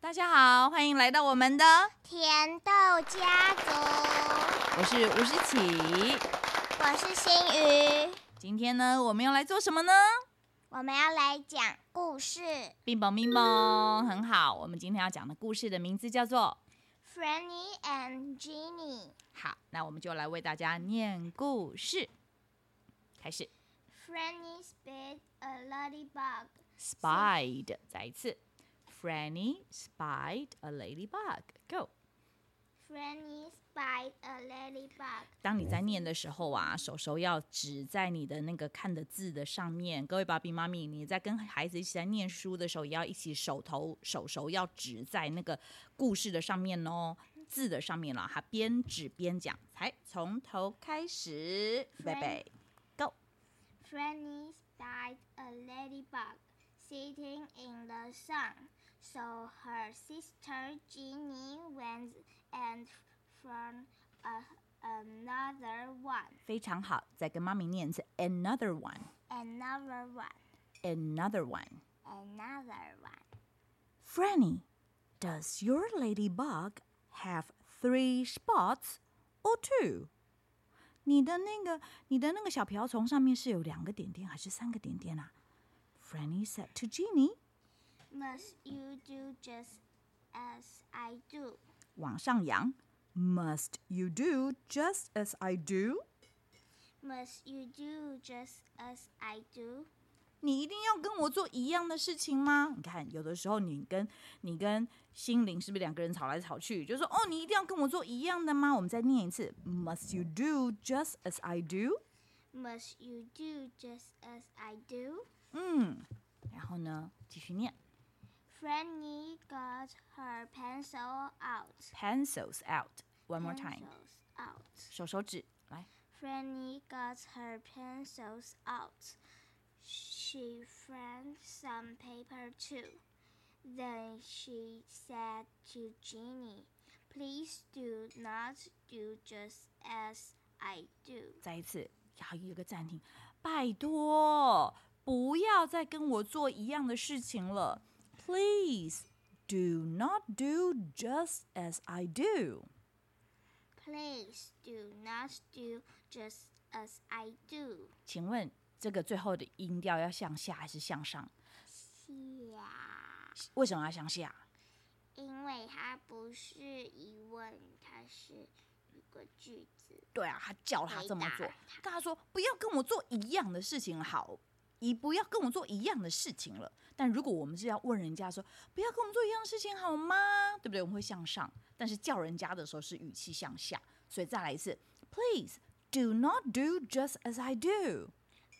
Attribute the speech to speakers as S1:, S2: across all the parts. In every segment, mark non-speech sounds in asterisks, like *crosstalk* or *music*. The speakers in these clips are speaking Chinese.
S1: 大家好，欢迎来到我们的，
S2: 甜豆家族，
S1: 我是吴诗琪。
S2: 我是新宇，
S1: 今天呢，我们要来做什么呢？
S2: 我们要来讲故事《
S1: 冰雹冰雹，很好。我们今天要讲的故事的名字叫做
S2: Franny and Jenny》。
S1: 好，那我们就来为大家念故事，开始。
S2: Franny spied a ladybug.
S1: Spied，再一次。Franny spied a ladybug. Go。
S2: Franny spied a ladybug.
S1: 当你在念的时候啊，手手要指在你的那个看的字的上面。各位爸比妈咪，你在跟孩子一起在念书的时候，也要一起手头手手要指在那个故事的上面哦，字的上面了。哈，边指边讲，来，从头开始，贝贝。
S2: Franny spied a ladybug sitting in the sun. So her sister Jenny went and found a, another one,
S1: 非常好，再跟妈咪念一次，another
S2: another one,
S1: one，another one。
S2: another one.
S1: Franny, does your ladybug have three spots or two? 你的那个你的那个小瓢虫上面是有两个点点还是三个点点啊？Franny said to Jenny，
S2: Must you do just as I do?
S1: 往上扬。Must you do just as I do？
S2: Must you do just as I do?
S1: 你一定要跟我做一样的事情吗？你看，有的时候你跟你跟心灵是不是两个人吵来吵去？就说哦，你一定要跟我做一样的吗？我们再念一次，Must you do just as I do？
S2: Must you do just as I do?
S1: 嗯，然后呢，继续念
S2: Franny got her pencil out.
S1: pencils out one more time，
S2: Pencils out.
S1: 手手指来
S2: Franny got her pencils out. She found some paper too. Then she said to Jeannie, Please do not do just as I do.
S1: 再一次，要有一个暂停，拜托，不要再跟我做一样的事情了，please do not do just as I do。
S2: Please do not do just as I do.
S1: 请问这个最后的音调要向下还是向上？
S2: 下，
S1: 为什么要向下？
S2: 因为它不是疑问，它是一个句子。
S1: 对啊，他叫他这么做
S2: 回答，
S1: 跟他说不要跟我做一样的事情好，你不要跟我做一样的事情了。但如果我们是要问人家说不要跟我们做一样的事情好吗？对不对？我们会向上，但是叫人家的时候是语气向下，所以再来一次，Please do not do just as I do。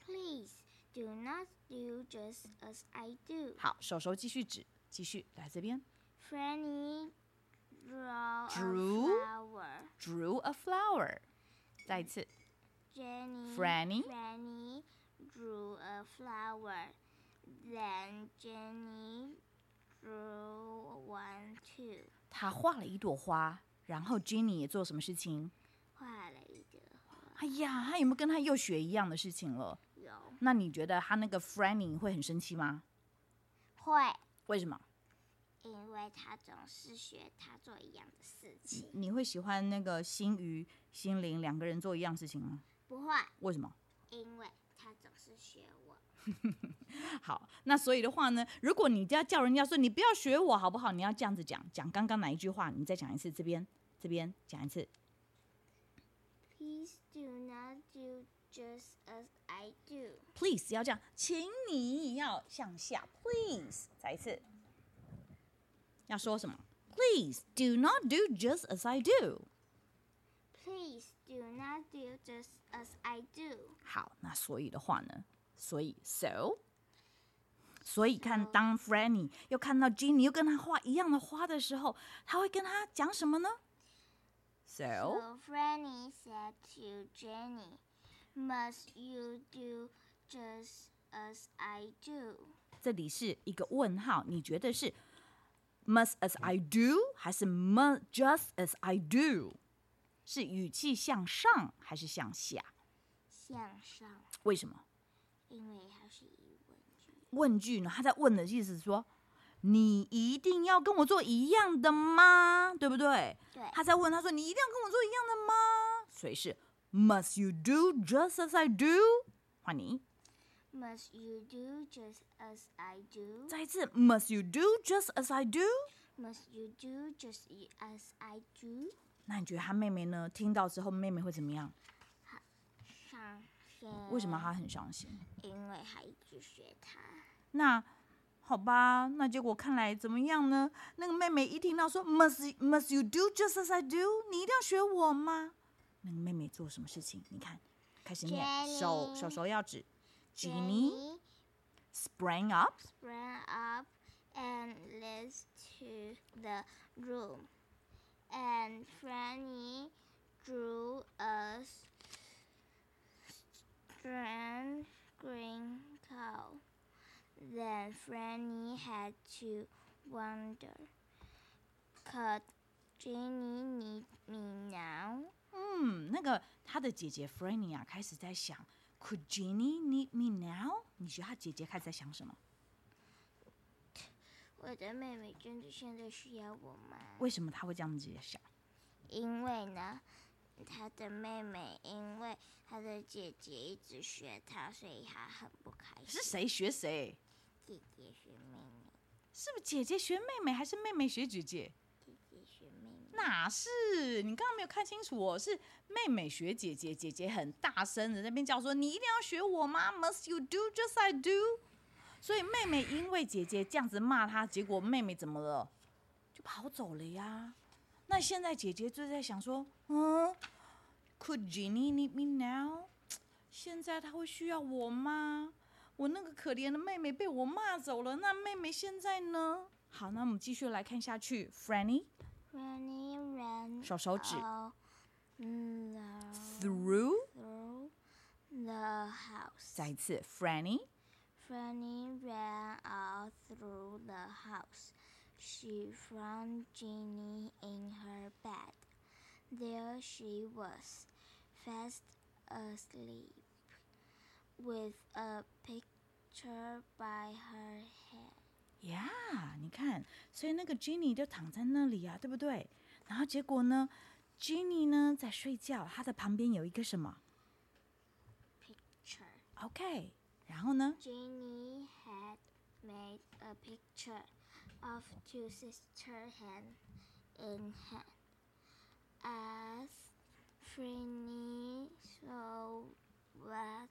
S2: Please do not do just as I do.
S1: 好，手手继续指，继续来这边
S2: Franny draw a
S1: Drew?
S2: flower.
S1: ，drew a flower。再一次
S2: Jenny
S1: Franny?
S2: Franny drew a flower. Then Jenny drew one too.
S1: 他画了一朵花，然后 Jenny 也做什么事情？
S2: 画了一朵花。
S1: 哎呀，他有没有跟他又学一样的事情了？
S2: 有
S1: 那你觉得他那个 Franny 会很生气吗？
S2: 会，
S1: 为什么？
S2: 因为他总是学他做一样的事情。
S1: 你会喜欢那个心鱼、心灵两个人做一样事情吗？
S2: 不会，
S1: 为什么？
S2: 因为他总是学我。
S1: *laughs* 好，那所以的话呢，如果你要叫人家说你不要学我好不好？你要这样子讲，讲刚刚哪一句话？你再讲一次，这边这边讲一次。
S2: Please do not do just as I do.
S1: Please 要这样，请你要向下。Please 再一次，要说什么？Please do not do just as I do。
S2: Please do not do just as I do.
S1: 好，那所以的话呢？所以 so，所以看当 Franny 又看到 Jenny 又跟他画一样的花的时候，他会跟他讲什么呢？So
S2: So Franny said to Jenny, "Must you do just as I do?"
S1: 这里是一个问号，你觉得是 must as I do 还是 must just as I do？是语气向上还是向下？
S2: 向上，
S1: 为什么？
S2: 因为它是疑问句。
S1: 问句呢？他在问的意思是说你一定要跟我做一样的吗？对不对？
S2: 对
S1: 他在问他说：“你一定要跟我做一样的吗？”所以是 Must you do just as I do？换你
S2: Must you do just as I do?
S1: 再一次 Must you do just as I do？
S2: Must you do just y- as I do?
S1: 那你觉得他妹妹呢？听到之后，妹妹会怎么样？
S2: 上学
S1: 为什么她很伤心？
S2: 因为还一直学他。
S1: 那好吧，那结果看来怎么样呢？那个妹妹一听到说 Must Must you do just as I do？你一定要学我吗？那个妹妹做什么事情？你看，开始念
S2: Jenny
S1: 手手手要指 j e n n y
S2: Jenny
S1: sprang up。
S2: sprang up and led to the room, and Franny drew a strange green cow. Then Franny had to wonder, could Jenny need me now?
S1: 嗯，那个她的姐姐 Franny 啊，开始在想，Could Jenny need me now？你觉得她姐姐开始在想什么？
S2: 我的妹妹真的现在需要我吗？
S1: 为什么她会这样子想？
S2: 因为呢，他的妹妹因为他的姐姐一直学他，所以他很不开心。
S1: 是？谁学谁？
S2: 姐姐学妹妹，
S1: 是不是姐姐学妹妹，还是妹妹学姐姐？
S2: 姐姐学妹妹。
S1: 哪是？你刚刚没有看清楚哦，是妹妹学姐姐，姐姐很大声的那边叫说：“你一定要学我吗？Must you do just I do？” 所以妹妹因为姐姐这样子骂她，结果妹妹怎么了？就跑走了呀。那现在姐姐就在想说：“嗯，Could Jenny need me now？现在她会需要我吗？我那个可怜的妹妹被我骂走了，那妹妹现在呢？”好，那我们继续来看下去，Franny。
S2: Runny
S1: *laughs*
S2: ran
S1: 手手指
S2: all the
S1: through，
S2: through the house.
S1: 再一次 Franny
S2: Franny ran all through the house. She found Jenny in her bed. There she was, fast asleep, with a picture by her head.
S1: 呀你看，所以那个 Jenny 就躺在那里啊，对不对？然后结果呢，Jenny 呢在睡觉，她的旁边有一个什么
S2: Picture.
S1: ？OK，然后呢
S2: Jenny had made a picture of two sisters hand in hand. As Franny saw what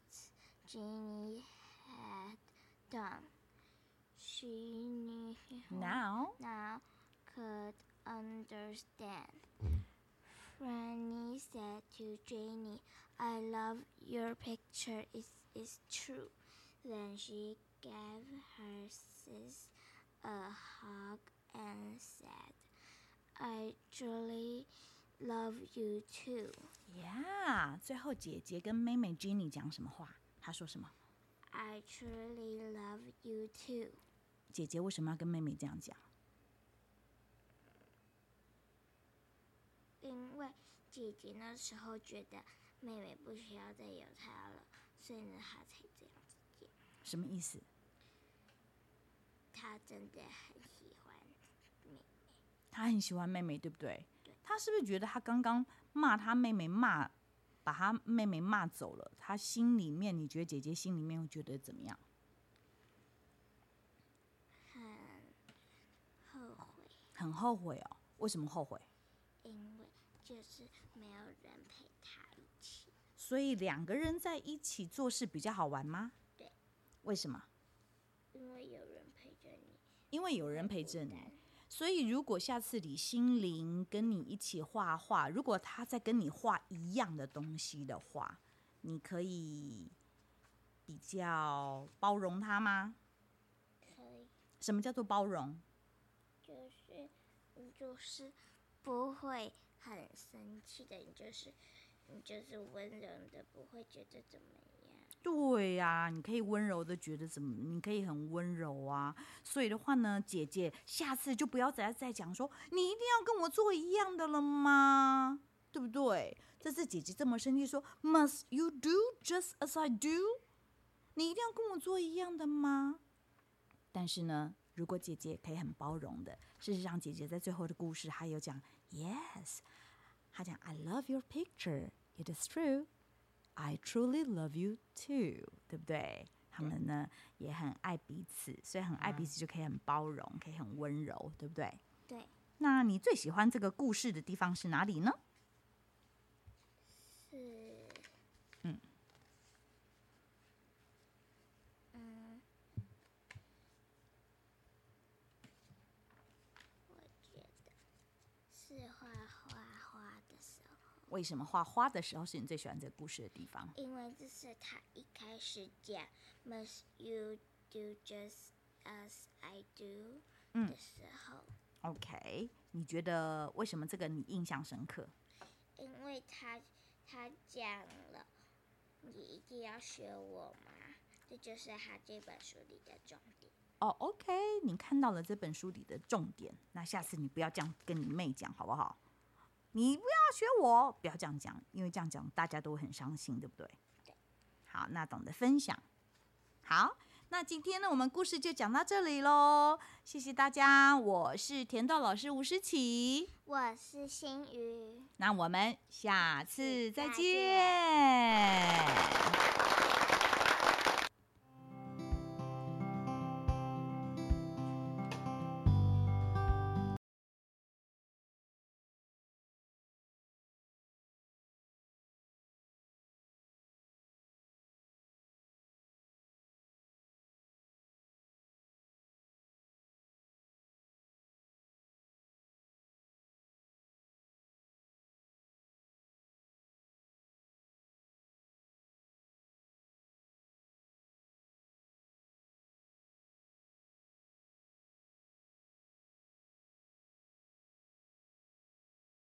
S2: Jenny had done, she knew 哦
S1: ？Now
S2: now could understand. Franny said to Jenny, I love your picture, it is true. Then she gave her sis a hug and said, I truly love you too.
S1: 呀最后姐姐跟妹妹 Jenny 讲什么话？她说什么？
S2: I truly love you too.
S1: 姐姐为什么要跟妹妹这样讲？
S2: 因为姐姐那时候觉得妹妹不需要再有她了，所以呢，她才这样子讲。
S1: 什么意思？
S2: 他真的很喜欢你。
S1: 她很喜欢妹妹，对不对？她是不是觉得她刚刚骂她妹妹骂，把她妹妹骂走了？她心里面，你觉得姐姐心里面会觉得怎么样？
S2: 很后悔，
S1: 很后悔哦。为什么后悔？
S2: 因为就是没有人陪他一起，
S1: 所以两个人在一起做事比较好玩吗？
S2: 对。
S1: 为什么？
S2: 因为有人陪着你。
S1: 因为有人陪着
S2: 孤
S1: 你
S2: 单。
S1: 所以如果下次李心凌跟你一起画画，如果她在跟你画一样的东西的话，你可以比较包容她吗？
S2: 可以，
S1: 什么叫做包容？
S2: 就是你就是不会很生气的，你就是你就是温柔的，不会觉得怎么样。
S1: 对呀、你可以温柔的觉得怎么，你可以很温柔啊。所以的话呢，姐姐下次就不要再再讲说你一定要跟我做一样的了吗？对不对？这次姐姐这么生气说，Must you do just as I do？你一定要跟我做一样的吗？但是呢，如果姐姐可以很包容的，事实上姐姐在最后的故事还有讲 Yes，她讲 I love your picture. It is true. I truly love you too，对不对？他们呢也很爱彼此，所以很爱彼此就可以很包容，可以很温柔，对不对？
S2: 对，
S1: 那你最喜欢这个故事的地方是哪里呢？
S2: 是，
S1: 嗯
S2: 嗯，我觉得是画画画的时候。
S1: 为什么画花的时候是你最喜欢这个故事的地方？
S2: 因为这是他一开始讲 “must you do just as I do”
S1: 嗯
S2: 的时候，
S1: OK，你觉得为什么这个你印象深刻？
S2: 因为他他讲了“你一定要学我嘛”，这就是他这本书里的重点。
S1: 哦、o k 你看到了这本书里的重点，那下次你不要这样跟你妹讲好不好？你不要学我，不要这样讲，因为这样讲大家都会很伤心，对不对？好，那懂得分享。好，那今天呢，我们故事就讲到这里喽，谢谢大家，我是甜豆老师吴诗琪，
S2: 我是心宇。
S1: 那我们下次再
S2: 再
S1: 见。